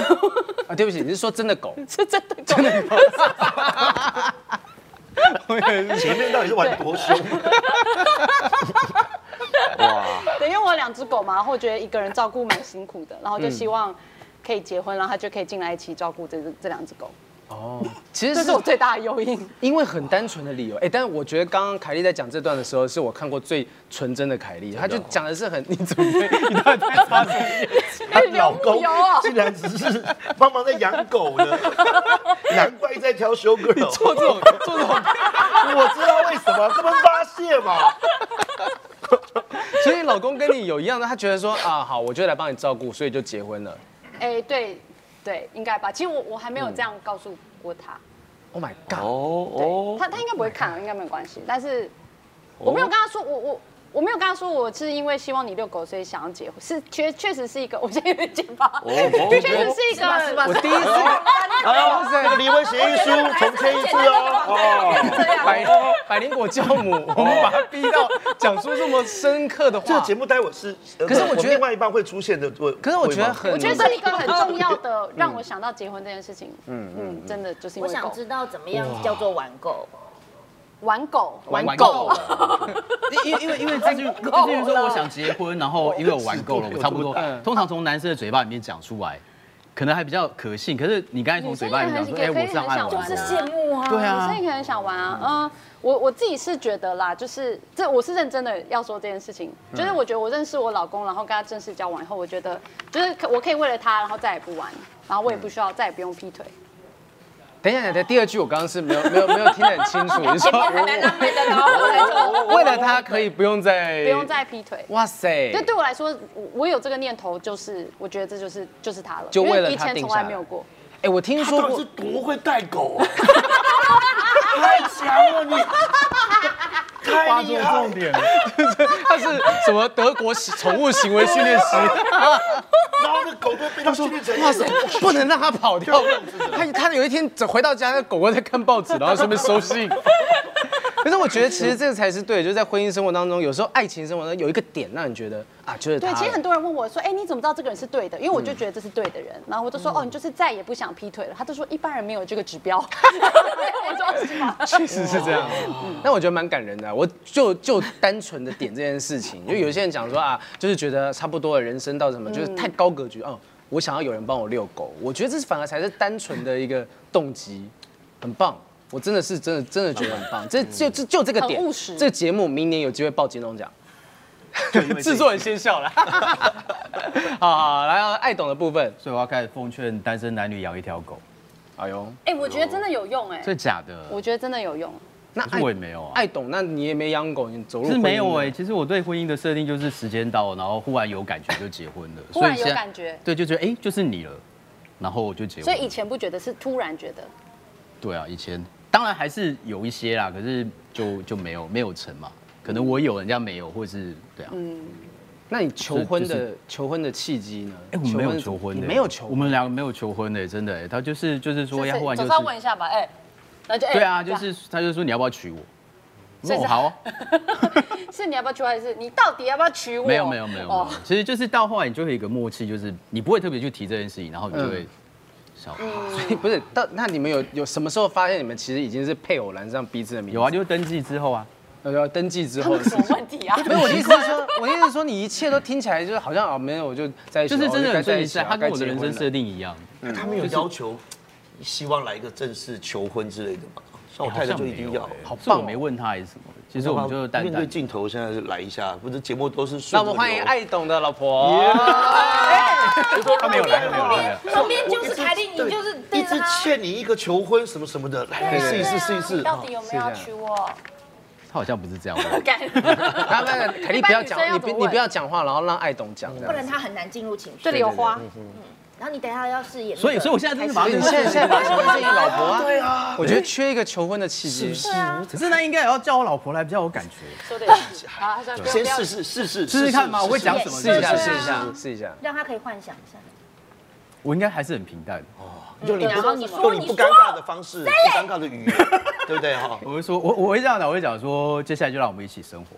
(laughs)
啊，对不起，你是说真的狗？
是真的狗。
前面到底是玩多凶？哇！
对，因为我有两只狗嘛，然后我觉得一个人照顾蛮辛苦的，然后就希望可以结婚，然后他就可以进来一起照顾这只这两只狗，
哦，其实
这
是
是我最大的诱因。
因为很单纯的理由，哎、但是我觉得刚刚凯莉在讲这段的时候，是我看过最纯真的凯莉，她就讲的是很，你怎么会，你到底在擦什么眼
她老公
油啊
竟然只是帮忙在养狗呢，难怪在挑修 girl。
做这种做这种，
(laughs) 我知道为什么，这么发泄嘛。哦
所以老公跟你有一样的，他觉得说啊，好，我就来帮你照顾，所以就结婚了。
哎，对，对，应该吧。其实我我还没有这样告诉过他，
Oh my god！、
对，他他应该不会看，啊应该没有关系。但是我没有跟他说，我我。我没有跟他说，我是因为希望你遛狗，所以想要结婚，是确确实是一个，我现在有点结巴，确实是哦一个，
我第一次，啊哇
那个
塞，
离婚协议书重签一次哦。哦，
百百灵果教母，我们把她逼到讲出这么深刻的话。
这个节目待会是，
可是我觉得
另外一半会出现的，我
可是我觉得很，
我觉得是一个很重要的，让我想到结婚这件事情。嗯嗯，真的就是因
我
为
想
狗
知道怎么样叫做玩够，
玩狗，
啊玩
玩
够
够
了，
(laughs) 因因因为因为
(laughs)
这句这句说我想结婚，然后因为我玩够了，我差不多。
嗯
通常从男生的嘴巴里面讲出来，可能还比较可信。可是你刚才从嘴巴里面讲说，哎，我上岸玩
就是羡慕啊。
对
女
啊
生，也很想玩啊。嗯，我我自己是觉得啦，就是这我是认真的要说这件事情，就是我觉得我认识我老公，然后跟他正式交往以后，我觉得就是可我可以为了他，然后再也不玩，然后我也不需要再也不用劈腿。
等一下，等一下，第二句我刚刚是没有 (laughs) 没有没有听得很清楚，你说
前
嗯
面还蛮浪漫的，
(laughs)
然后后来就
为了他可以不用再
不用再劈腿。
哇塞，
就对我来说，我我有这个念头，就是我觉得这就是就是他了，
就为了
因以
他
前
定
从
下
来
来
没有过。
哎，我听
他
说
到底
过
是多会带狗啊！太强了你，太厉害了！
点，
他是什么德国宠物行为训练师，
然后那狗都被他训练成
哇塞， (laughs) 不能让他跑掉。他他有一天走回到家，那狗狗在看报纸，然后顺便收信。可是我觉得其实这个才是对，就是在婚姻生活当中，有时候爱情生活当中有一个点让你觉得啊，就是他
对，
了。
其实很多人问我说：“嗯哎、你怎么知道这个人是对的？”因为我就觉得这是对的人，然后我就说：“哦，你就是再也不想劈腿了。”他就说：“一般人没有这个指 (laughs) 标。”我说：“哦是吗？”
确实 (laughs) 是这样。
哦
但我觉得蛮感人的啊、我就就单纯的点这件事情，因为有些人讲说啊，就是觉得差不多了，人生到什么就是
嗯
太高格局哦，我想要有人帮我遛狗，我觉得这是反而才是单纯的一个动机，很棒。我真的是真的真的觉得很棒，这就就就这个点
嗯很务实，
这节目明年有机会报金钟
(laughs)
奖。 (laughs) 制作人先笑了，
啊
(laughs)
好好，好来到爱懂的部分，
所以我要开始奉劝单身男女养一条狗，
哎呦，
哎、我觉得真的有用哎、
这假的，
我觉得真的有用。
那
可
爱
是我也没有啊。
爱懂，那你也没养狗，你走入
是没有
婚姻
哎、
了
其实我对婚姻的设定就是时间到了，然后忽然有感觉就结婚了，
(laughs) 忽然有
所以现在
感觉
对，就觉得哎、就是你了，然后我就结婚。
所以以前不觉得，是突然觉得。
对啊，以前当然还是有一些啦，可是就就没有没有成嘛，可能我有人家没有，或是对啊，
嗯那你求婚的、
是就是
求婚的契机呢？
哎、我们没有求婚的、
你没有求
我
婚，
们两个没有求婚的、真的、哎，他就是就是说要忽然就
总
是
是要问一下吧，哎，那就哎
对啊，就是他就说你要不
(laughs)
要娶我？我
所以
说
是
哦好哦，
是你要不要娶我，还是你到底要不要娶我？哦
没有没有没有没
哦
有，其实就是到后来你就会有一个默契，就是你不会特别去提这件事情，然后你就
嗯
会笑。
(laughs) 不是？到那你们有有什么时候发现你们其实已经是配偶栏上彼此的名字？
有啊，，就是登记之后
嗯
啊，
要登记之
他
后
们
的
有
事
什
情
么。问题啊？
没有，我的意思是说， (laughs) 我的意思是说，你一切都听起来就是好像啊，没有，我就在一起，
就是
哦
真的
该在
很顺
一
其
起
自
啊，
然，它跟我的
该结
人
婚
生
了
设定一样。
他们有要求，希望来一个正式求婚之类的嘛？像我太太就一定要。
好
棒哦
棒！我没问他还欸是什么，其实我们就淡
面对
淡。
镜头，现在是来一下，不是节目都是顺着
那
流。
我们欢迎爱懂的老婆。
他没有来，没有来。
旁边就是凯莉，你
对，
就是
一
对着
直
他。
欠你一个求婚什么什么的，来来
对啊
试一
对
试
啊
试一试
你。到底有没有要
是这样
娶我？
哦他好像不是这样问。 (laughs)
他们凯莉
一般女生
不要讲
要，
你
怎么
不
问
你不要讲话，然后让爱懂讲这样。
不然他很难进入情绪。
这里有花，
然后你等一下要饰演那个开始，
所以，所以我现在真的马
所以
上就
你
是
现在现在把什么自己老婆啊？
对啊，
我觉得缺一个求婚的契机。
可是那应该也要叫我老婆来比较有感觉，
说的也是。好，他说不用
先
不要
试试试试
试试看嘛。我会讲什么？
试一下，
就是
试一下，试一下。
让他可以幻想一下。
我应该还是很平淡。
用你
啊
然后你
不
说
用你
你
不
说
尴尬的方式，不尴尬的语言，对不对哈？
我会说，我我会这样的，我会讲说，接下来就让我们一起生活，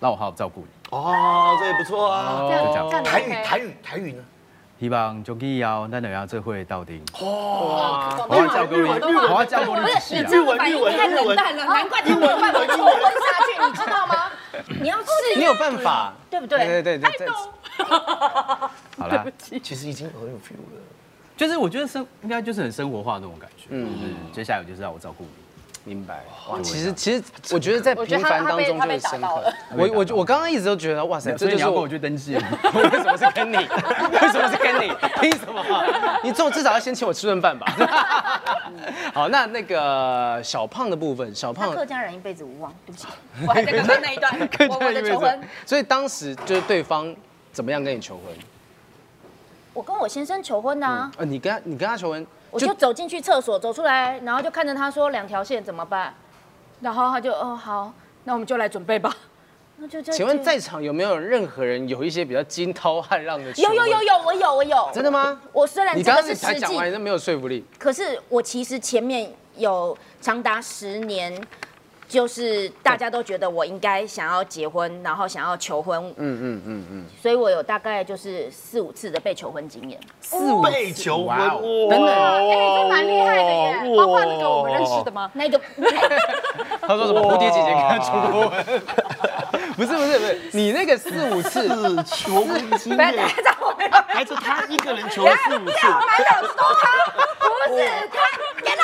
让我好好照顾你。
哦，这也不错啊。
就这样。
这样
台语
OK
台语台语呢？
希望就以后咱两样这会到顶。
哇
我要照顾 (laughs) 你，我要照顾你一起啊。
日文日文
太
日
冷
文，
淡了，难怪他没有办法求婚下去，你知道吗？
你要试
你有办法，
对不对
啊
对对对，这
好啦，
其实已经很有 feel 了。
就是我觉得生应该就是很生活化的那种感觉，
嗯
就是接下来就是让我照顾你。
明白。哇，其实其实我觉得在平凡当中就
他被
是
他被
深
打到
刻
了。
(laughs) 我我我刚刚一直都觉得，哇塞，这
所以
就
你
是
要跟我
我。 (laughs)
去登
(laughs)
记，
为什么是跟你？为什么是跟你？凭什么？你总至少要先请我吃顿饭吧。 (laughs) 好，那那个小胖的部分，小
他
胖 (laughs)
客家人一辈子无望，对不起。
我还在刚刚那一
(laughs)
段，
客
我
家
我
意
的
味
求
着
婚，
所以当时就是对方怎么样跟你求婚？
我跟我先生求婚的啊，
呃，你跟他你跟他求婚，
我就走进去厕所，走出来，然后就看着他说两条线怎么办，然后他就哦好，那我们就来准备吧。那就这。
请问在场有没有任何人有一些比较惊涛骇浪的？
有有有。有，我有我有。
真的吗？
我虽然
你
这
刚
个
刚
是
才
实
讲
际
完，真没有说服力。
可是我其实前面有长达十年，就是大家都觉得我应该想要结婚，然后想要求婚，嗯嗯嗯嗯，所以我有大概就是四五次的被求婚经验。
四五
被求婚，
哇哦
等等
哎，这蛮厉害的耶，包括那个我们认识的吗？
(laughs)
那个
他说什么蝴蝶姐姐跟他求过婚？不是不是不是，你那个四五
(laughs)
次，
是求婚经
(laughs)
验，还是他一个人求了四五次？
不是他，别闹，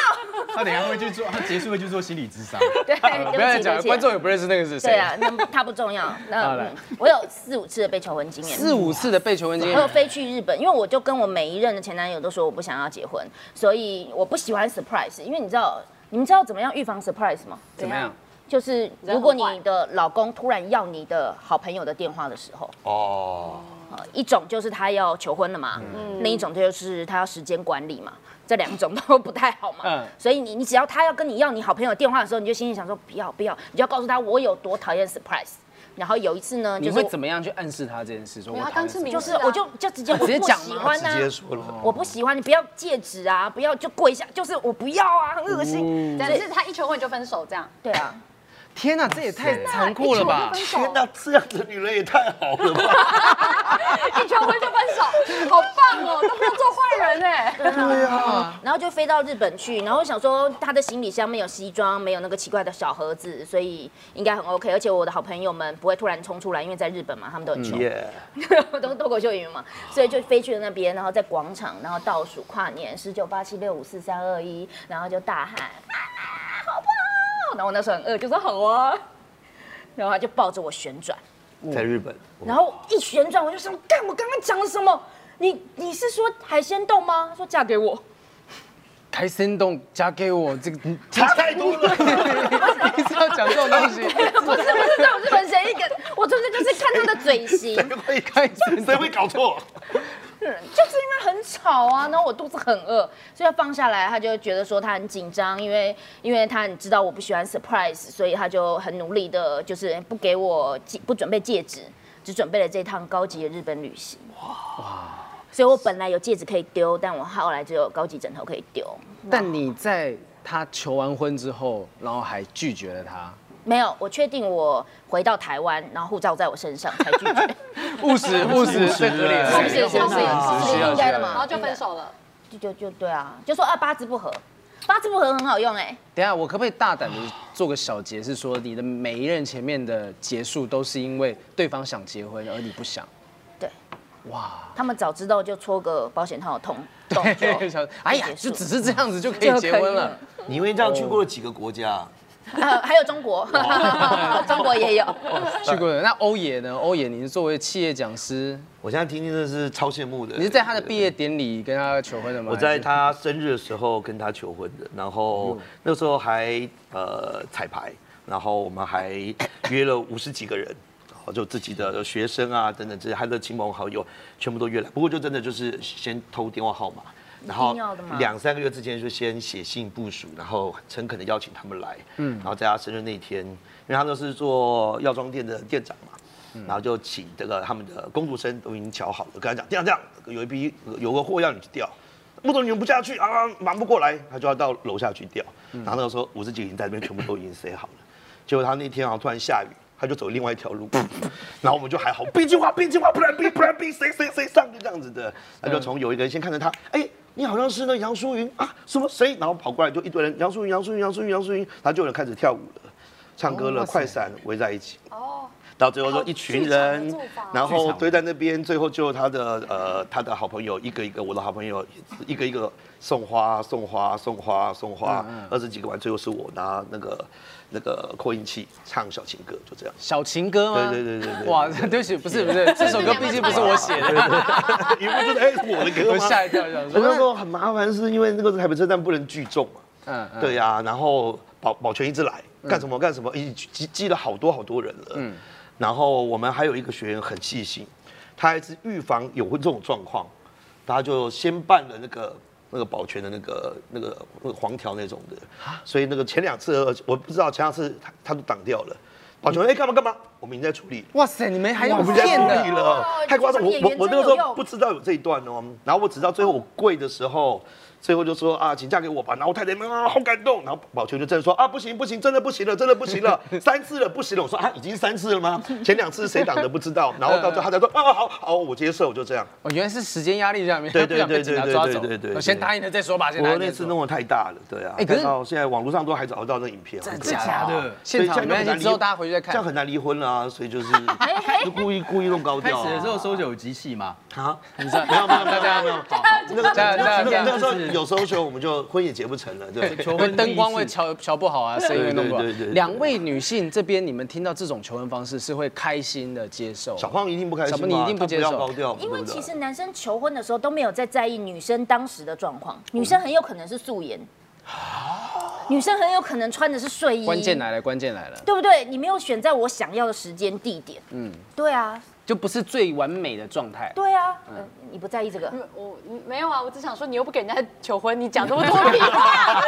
他等一下会去做，他结束会去做心理智
(laughs)
商。
对，
不要
哎对
再
不起，
讲了，
对不起。
观众也不认识那个是谁。
对啊，那他不重要。那
好来
嗯我有四五次的被求婚经验，
四五次的被求婚经
我有
验，
飞去日本，因为我就跟我每一任的前男友都说我不想要结婚，所以我不喜欢 surprise，因为你知道，你们知道怎么样预防 surprise 吗？
怎么样？
就是如果你的老公突然要你的好朋友的电话的时候，
哦，
呃一种就是他要求婚了嘛，
嗯
另一种就是他要时间管理嘛，这两种都不太好嘛。
嗯
所以你你只要他要跟你要你好朋友的电话的时候，你就心里想说不要不要，你就要告诉他我有多讨厌 surprise。然后有一次呢，
你
就是
会
我
怎么样去暗示他这件事？说我
没有他
讨厌
刚吃
什么
明
就是我就就直接我
直接
不
讲
喜
吗
欢啊
直
呐、
啊
接说了，
我不喜欢，你不要戒指啊，不要就跪下，就是我不要啊，很恶心。
但是他一求婚就分手这样，
(laughs) 对啊，
天哪，这也太残酷了吧！
天哪，这样的女人也太好了吧？
(laughs) 一求婚就分手，好棒哦，都不用做坏人哎。
然后就飞到日本去，然后想说他的行李箱没有西装，没有那个奇怪的小盒子，所以应该很 OK。而且我的好朋友们不会突然冲出来，因为在日本嘛，他们都很穷，
耶，
(laughs) 都是脱口秀演员嘛，所以就飞去了那边，然后在广场，然后倒数跨年，十九八七六五四三二一，然后就大喊啊，好棒！然后我那时候很饿，就说好啊，然后他就抱着我旋转。
在日本，
然后一旋转，我就想，干，我刚刚讲了什么？你你是说海鲜冻吗？他说嫁给我， (laughs)
开森洞加给我这个，你
差太
(laughs)
多了。
一直要讲这种东西，
(laughs) 不是不是这种日本神一个，我纯粹就是看他的嘴型，
谁会
开森
谁
洞
会搞错？
就是因为很吵啊，然后我肚子很饿，所以他放下来，他就觉得说他很紧张，因为因为他很知道我不喜欢 surprise，所以他就很努力的，就是不给我戒不准备戒指，只准备了这趟高级的日本旅行。哇！所以我本来有戒指可以丢，但我后来只有高级枕头可以丢。
但你在他求完婚之后，然后还拒绝了他，
没有，我确定我回到台湾，然后护照在我身上才拒 (laughs) 绝，
务 (laughs) 实务实最合理
是
的
不是？是
选择，
不是？是不
是啊
是应该的
然后
嘛？
就分手了。
就就就对啊，就说啊八字不合，八字不合很好用哎、
等一下，我可不可以大胆的做个小结，是说你的每一任前面的结束都是因为对方想结婚，而你不想？
对
哇，，
他们早知道就戳个保险套的痛洞就
(laughs) 哎呀，就只是这样子就可以
就
结
可以
婚了
了。
你因为这样去过了几个国家？
啊还有中 (laughs) 国，中国也有，
去过的那欧爷呢？欧爷，你是作为企业讲师，
我现在听听真的是超羡慕的。
你是在他的毕业典礼跟他求婚的吗？
我在
还是。
他生日的时候跟他求婚的，然后那时候还呃彩排，然后我们还约了五十几个人，然后就自己的学生啊等等这些，他的亲朋好友全部都约来。不过就真的就是先偷电话号码，然
一
后
定要的吗
两三个月之前就先写信部署，然后诚恳的邀请他们来，嗯，然后在他生日那天，因为他都是做药妆店的店长嘛。
嗯
然后就请这个他们的工读生都已经瞧好了，跟他讲这样这样，有一批有个货要你去调，木头你们不下去啊，忙不过来，他就要到楼下去调。
嗯
然后那个时候五十几个人在那边全部都已经塞好了，结果他那天好像突然下雨，他就走另外一条路， (laughs) 然后我们就还好，B 计划 B 计划不然 B 不然 B 谁谁谁上就这样子的，他就从有一个人先看着他，哎。你好像是那杨淑云啊，什么谁？然后跑过来就一堆人，杨淑云、杨淑云、杨淑云、杨淑云，然后就有人开始跳舞了，唱歌了，快闪围在一起。
哦，
到最后说一群
剧
人
场的做法，
然后堆在那边，最后就他的呃他的好朋友一个一个，我的好朋友一个一个送花送花送花送花，二十几个完，最后是我拿那个那个扩音器唱小情歌，就这样
小情歌吗？
对对对对对
哇， (laughs)
对
对不起，不是不是，这首歌毕竟不是我写的，
(laughs) 你不知道哎是我的歌
我
吗？
吓一跳，想
那时
说，
候很麻烦，是因为那个台北车站不能聚众嘛。
嗯嗯
对呀、然后保保全一直来干什么干什么，已经积积了好多好多人了。嗯，然后我们还有一个学员很细心，他还是预防有这种状况，他就先办了那个。那个保全的那个、那个、那个黄条那种的，所以那个前两次我不知道，前两次他他都挡掉了。保
嗯
全哎干嘛干嘛，我们已经在处理了。
哇塞，哦你们还
我
用
们在
骗
处
的
理？了，太夸张！我
演员
我我那个
真有
时
用
候不知道有这一段哦，然后我直到最后我跪的时候，最后就说啊，请嫁给我吧。然后我太太们啊，好感动。然后宝全就真的说啊，不行不行，真的不行了，真的不行
(laughs)
了，三次了，不行了。我说啊，已经三次了吗？前两次谁挡的不知
(laughs)
道。然后到最后他才说啊，好好，我接受，就这样。
哦，原来是时间压力上面，
对
不
对
想被
对
警
对
察
对
抓
对
走
对对对，
我先答应了再说吧，先答
我
应了
那
再
次
说
弄得太大了，对啊。
哎可是
到现在网络上都还找得到那影片，啊真
真的假的？现
所以这
场
样
没
就很
关
难
系，
离
之后大家回去再
这样
看。
很难离婚啊，所以就是就故意故意弄高
开始
调啊。
的时候搜酒集气嘛，
啊，
你知道？
没有没有没有没有没有，那个那个那个那个时候有时候时候我们就婚也结不成了，
(laughs)
对。
求
因为
婚
灯光
第一
会
次
调调不好啊，声音会弄不好
对对对对。对
两位女性这边，你们听到这种求婚方式是会开心的接受？
小胖一定不开心
小
嘛，
胖你一定不
他
接
要
受
高调嘛，
(laughs) 因为
对不对
其实男生求婚的时候都没有在在意女生当时的状况，女生很有可能是素颜，女生很有可能穿的是睡
嗯
衣，
关键来了，关键来了，
对不对？你没有选在我想要的时间地点，嗯，对啊，
就不是最完美的状态。
对啊，嗯，你不在意这个，
我没有啊，我只想说你又不给人家求婚，你讲这么多屁话，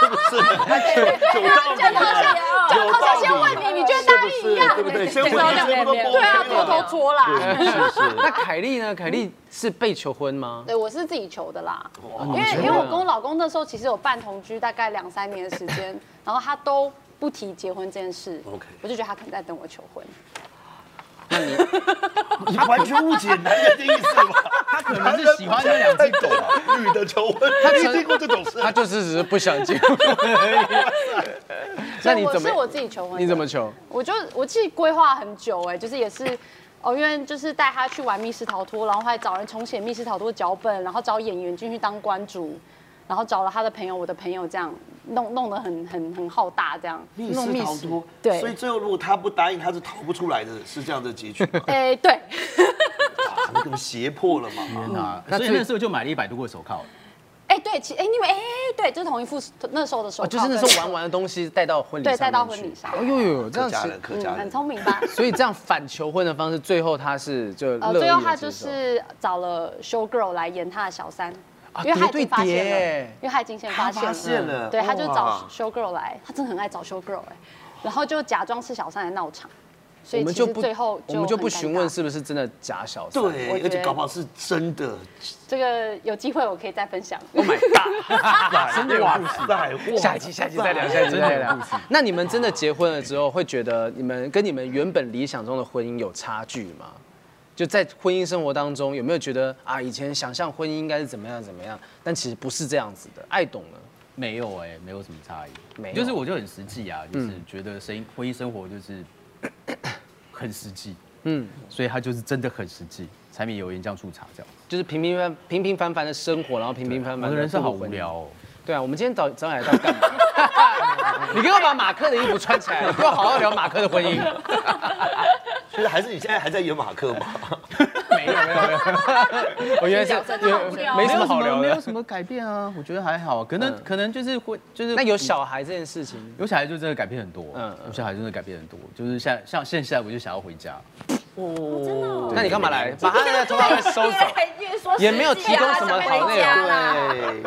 是不是？有道理，
讲得好像讲得好像先问你，你觉得
(laughs)
答应一样，欸
对不对？先
讲
问
到
你
两
是
边
不是都
对啊，多头
做。
捉啦。
是
那
是，
凯莉呢？凯莉是被求婚吗？
(laughs) 对，我是自己求的啦，因
哦你
为
求
因
的
为我跟我老公那时候其实有半同居，大概两三年的时间，然后他都不提结婚这件事
OK
我就觉得他可能在等我求婚。
你完全误解男人的意思吧？他可
能是喜欢这两
只狗，女的求婚，他没听过这种事。
她就是只是不想结婚而已。那你
所
怎
以我
么
是？我自己求婚？
你怎么？求？
我就我自己规划很久哎、就是也是。哦，因为就是带他去玩密室逃脱，然后还找人重写密室逃脱脚本，然后找演员进去当关主，然后找了他的朋友，我的朋友这样弄弄得很很很浩大这样，
密
弄
室逃脱，
对，
所以最后如果他不答应，他是逃不出来的，是这样的结局 (laughs) 吗？
哎、对，
啊那个胁迫了嘛？
嗯
啊，
那
所以
最
那时候就买了一百多个手铐。
哎、对，其哎、你们哎、对，就是同一副那时候的手
哦，
铐，
就是那时候玩完的东西带到婚礼上
对
面去，
带到婚礼上
哎呦呦，这
客
样
家人，
子，
客
对，
家
嗯，很
人，
聪明
(laughs)
吧？
所以这样反求婚的方式，最后他是就
呃，
乐
最后
意
他
地
就
接受
是找了 show girl 来演他的小三，
啊
因为他已
叠对
经发现
叠
了，因为他已经先发
他
现了，
发现了
对，他就
哇
找 show girl 来，他真的很爱找 show girl 哎、然后就假装是小三来闹场，所
我
以
们
其
就
实
不
最后
我们就
很
不
尴
询
尬
问是不是真的假小三。
对
我，觉
而
得
且搞不好是真的。
这个有机会我可以再分享。
真的哇塞，哇
下一期，下一期再聊，下一期再聊。那你们真的结婚了之后，会觉得你们跟你们原本理想中的婚姻有差距吗？就在婚姻生活当中，有没有觉得啊，以前想象婚姻应该是怎么样怎么样，但其实不是这样子的？爱懂了，
没有哎、没有什么差异，
没有嗯
就是我就很实际啊，就是觉得生婚姻生活就是
(coughs)
很实际，嗯，所以他就是真的很实际，柴米油盐酱醋茶这样。
就是平平凡平平凡凡的生活，然后平平凡
我
凡地
的人生好
度过
无
婚姻
聊。哦， (laughs)
对啊，我们今天早早上来到干嘛？你给我把马克的衣服穿起
(laughs)
来，你给我好好聊马克的婚姻。
就是还是你现在还在演马克吗？
没有没有没有，我原来是没
没
什么好聊
没有
的。
什么改变啊，我觉得还好，可能、可能就是会就是
那有小孩这件事情，
有小孩就真的改变很多，
嗯
嗯，
嗯
有小孩真的改变很多，就是像像现在我就想要回家，
那你干嘛来？把他那个头发收走。
越说
也没有提啊供什么啊好内容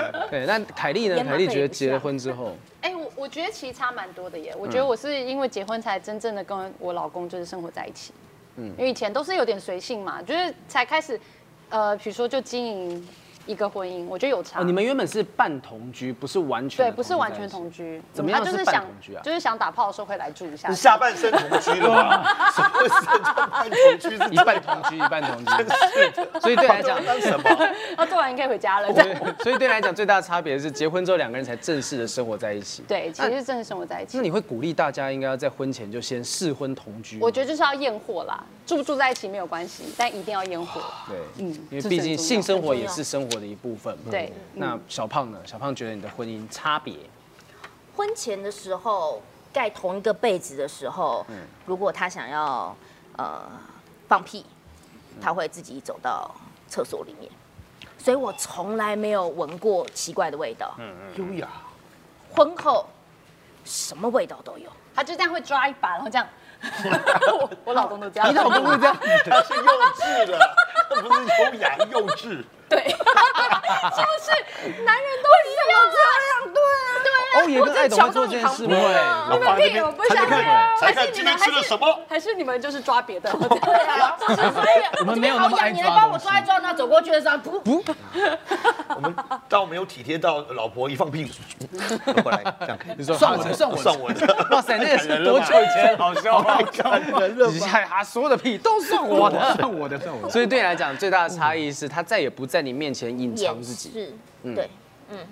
对，
对，
那凯莉呢？凯莉觉得结了婚之后，
哎、我我觉得其实差蛮多的耶。我觉
嗯
得我是因为结婚才真正的跟我老公就是生活在一起，嗯，因为以前都是有点随性嘛，就是才开始，呃，比如说就经营一个婚姻，我觉得有差。
哦，你们原哦本是半同居，不是完全
对，
的
不是完全同
居
居，嗯
怎么样
他就是是
半
想
同居啊
就是想打炮的时候会来住一下
你。
(laughs)
下半身同居了吧？什么身半同居是
在一起，一半同居，一 (laughs) 半同
(laughs)
居，所以对来讲。
当什么？
啊，做完你可以回家了。
对，所以对来讲最大的差别是，结婚之后两个人才正式的生活在一起。
对，其实真的生活在一
那
起。
你会鼓励大家应该要在婚前就先试婚同居吗？
我觉得就是要验货啦，住不住在一起没有关系，但一定要验货。
对，
嗯
因为
这是
毕
很
竟
重
性
要
生活也是生活的一部分嘛。
对嗯
那小胖呢？小胖觉得你的婚姻差
(laughs)
别，
婚前的时候盖同一个被子的时候，
嗯
如果他想要呃放屁，他会自己走到厕所里面，所以我从来没有闻过奇怪的味道。
嗯
优雅，
婚后什么味道都有，
他就这样会抓一把，然后这样。 (laughs) 我我老公都这样。
会这样，他是幼稚的，他不是优雅，幼稚。
对，就是男人都一样啊，对啊，
欧爷哦跟爱董会做这件事吗？
老爸
对啊，我不想啊，
才
还
看
是
今
你
天
们
吃了什么？
还是你们就是抓别的，
对啊，
我们没有那么爱
你
抓
来帮我
东西
抓一抓，那走过去的时候，噗，
我们倒没有体贴到老婆一放屁，过来这样可以。
你说
(laughs) 算
好
我的，
的
算我
(laughs)
的，
算我的，
哇塞，那个是多久以前的好笑话？你害他所有的屁都算我的。
算我的，
(laughs)
算我的。
所以对你来讲，最大的差异是他再也不在你面前隐藏
掩
自己。嗯
饰，对。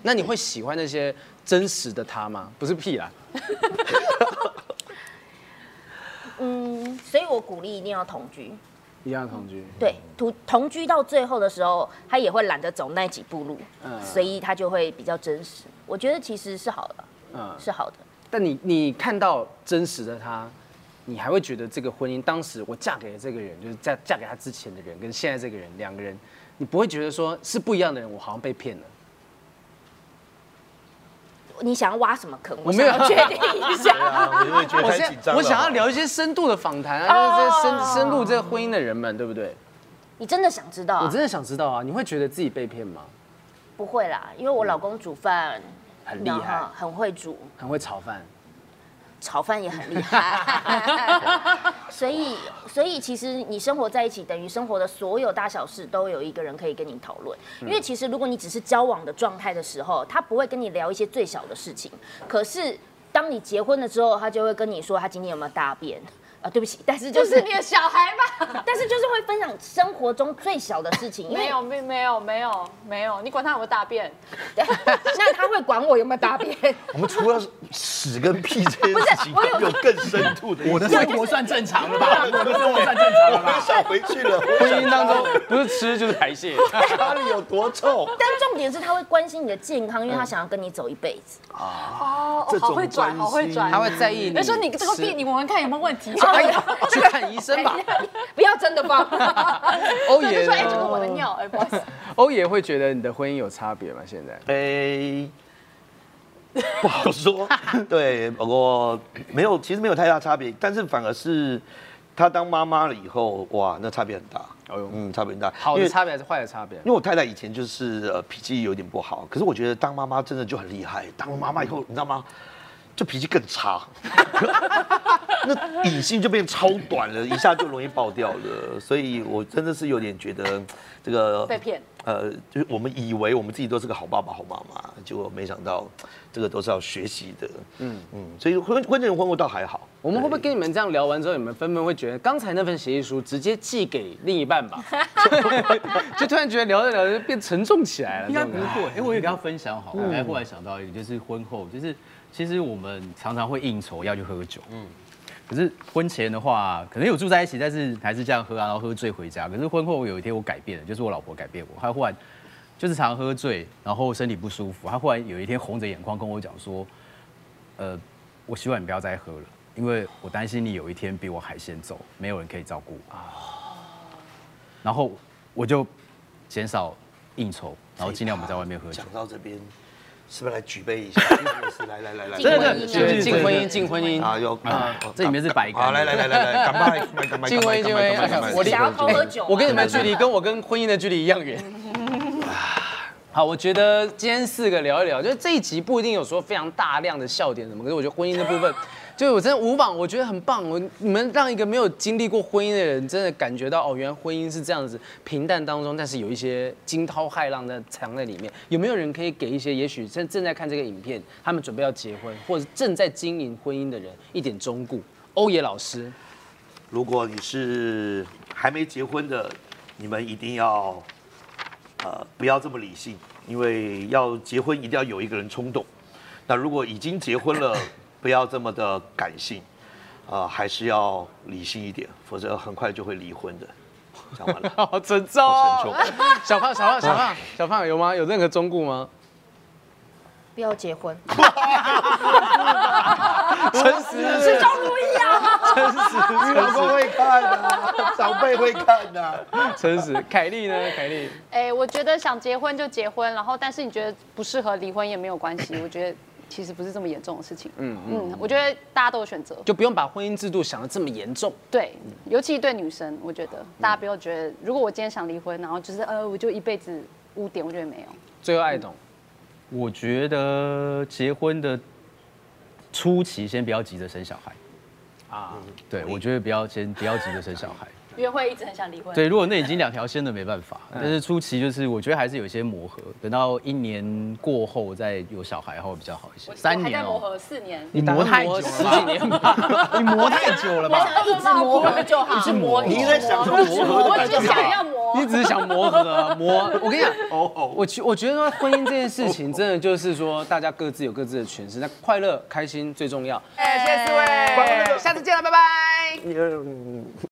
那你会喜欢那些真实的他吗？不是屁啦，
所以我鼓励一定要同居，
一样同居。
对，同同居到最后的时候，他也会懒得走那几步路，
嗯
所以他就会比较真实。我觉得其实是好的，
嗯
是好的。
但你你看到真实的他，你还会觉得这个婚姻当时我嫁给了这个人，就是嫁嫁给他之前的人跟现在这个人两个人，你不会觉得说是不一样的人，我好像被骗了。
你想要挖什么坑？
我
我
没
想
有
要确定一
对
(laughs)
下。
啊，我也觉得
我
太
现
紧张了。
我想要聊一些深度的访谈啊，就是这深深入这个婚姻的人们，对不对？
你真的想知道、
我
啊？
真的想知道啊，你会觉得自己被骗吗？
不会啦，因为我老公煮饭
嗯很厉害
然后很会煮，
很会炒 (laughs) 饭，
炒饭也 (laughs) 很厉害。所以，所以其实你生活在一起，等于生活的所有大小事都有一个人可以跟你讨论。因为其实如果你只是交往的状态的时候，他不会跟你聊一些最小的事情。可是当你结婚了之后，他就会跟你说他今天有没有大便。啊，对不起，但是就
就是是你的小孩吧？
但是就是会分享生活中最小的事情，因
没
为
有，没没有，没有，没有，你管他有没有大便？
那他会管我有没有大便。
我们除了屎跟屁这件事情，
不是我有
有更深度的。
我的生活算正常了吧？我的生活算正常了
我又
吧？
想回去了，
婚姻当中不是吃就是排泄。
家里有多臭？
但重点是他会关心你的健康，因为他想要跟你走一辈子。
哦，
这种
好会
关
转，
系
好会转。
(laughs) 他会在 (laughs) 意你
他说你这个
吃
病，你闻闻看有没有问题？
哎呀，去看医生吧。
不要真的放。
欧
就
爷
说
呢
哎，这个我的尿，哎，不好意思。
(laughs) 欧爷会觉得你的婚姻有差别吗？现在？
哎，不好说。对，不过没有，其实没有太大差别，但是反而是她当妈妈了以后，哇，那差别很大。
哎呦
嗯，差别很大。
好
因
的
为
差别还是坏的差别？
因为我太太以前就是呃脾气有点不好，可是我觉得当妈妈真的就很厉害。当了妈妈以后，你知道吗？就脾气更差，那隐性就变超短了，一下就容易爆掉了。所以我真的是有点觉得这个
被骗。
呃，就是我们以为我们自己都是个好爸爸、好妈妈，结果没想到这个都是要学习的。嗯嗯，所以婚婚前婚后倒还好。
我们会不会跟你们这样聊完之后，你们纷纷会觉得刚才那份协议书直接寄给另一半 (laughs) 吧？就突然觉得聊着聊着就变沉重起来了。
应该不
这种感觉
会。哎、我也跟他分享好了，哎、忽然想到一个，就是婚后，就是其实我们常常会应酬要去喝酒，嗯，可是婚前的话，可能有住在一起，但是还是这样喝啊，然后喝醉回家。可是婚后有一天我改变了，就是我老婆改变我，她忽然就是常常喝醉，然后身体不舒服，她忽然有一天红着眼眶跟我讲说，呃，我希望你不要再喝了，因为我担心你有一天比我还先走，没有人可以照顾我。然后我就减少应酬，然哦后尽量不在外面喝酒
讲。到这边，是不是来举杯
(laughs)
一下？是来来来来，
真的
来
真的
对进婚姻，进婚
啊，
姻，
有啊，
这里面是白干
好，来来来来来，干杯，干杯，干
(laughs)
杯，
进婚姻，进婚
干杯干杯
姻。
干杯
想要偷喝酒吗
哎
啊
我跟你们的距离跟我跟婚姻的距离一样远。 (laughs) 好，我觉得今天四个聊一聊，就是这一集不一定有说非常大量的笑点什么，可是我觉得婚姻的部分，就是我真的无榜，我觉得很棒。我你们让一个没有经历过婚姻的人，真的感觉到哦，原来婚姻是这样子平淡当中，但是有一些惊涛骇浪在藏在里面。有没有人可以给一些，也许正正在看这个影片，他们准备要结婚，或者正在经营婚姻的人一点忠告？欧野老师，，
如果你是还没结婚的，你们一定要，呃，不要这么理性，因为要结婚一定要有一个人冲动。那如果已经结婚了，不要这么的感性，啊、还是要理性一点，否则很快就会离婚的。讲完了
好沉重哦
好沉重。
小胖，小胖，小胖，小胖有吗？有任何忠告吗？
不要结婚。
诚实是
赵如意啊，
诚实，
老公会看的、长辈会看啊的、
诚实。凯莉呢？凯莉，
哎，我觉得想结婚就结婚，然后但是你觉得不适合离婚也没有关系，我觉得其实不是这么严重的事情。嗯嗯，我觉得大家都有选择。
就不用把婚姻制度想得这么严重。
对，尤其对女生，我觉得大家不要觉得，如果我今天想离婚，然后就是呃，我就一辈子污点，我觉得没有。
最后，爱懂
(laughs) 我觉得结婚的初期先不要急着生小孩，
啊，
对我觉得不要先不要急着生小孩。
约会一直很想离婚，
(laughs) 对，如果那已经两条线的没办法，但是初期就是我觉得还是有一些磨合，等到一年过后再有小孩后比较好一些。三年哦，
四年，
你磨太久
磨
了
十
吧，
(laughs) 几年吧。
你磨太久了吧？
一直磨合就好。
是磨，
你在享受磨合的
我
感
只
觉
想
吗？
要磨
你。只是想磨合啊，磨。我跟你讲，我觉我觉得说婚姻这件事情，真的就是说大家各自有各自的诠释，那快乐开心最重要。
哎，谢谢四位。
下次见了，拜拜。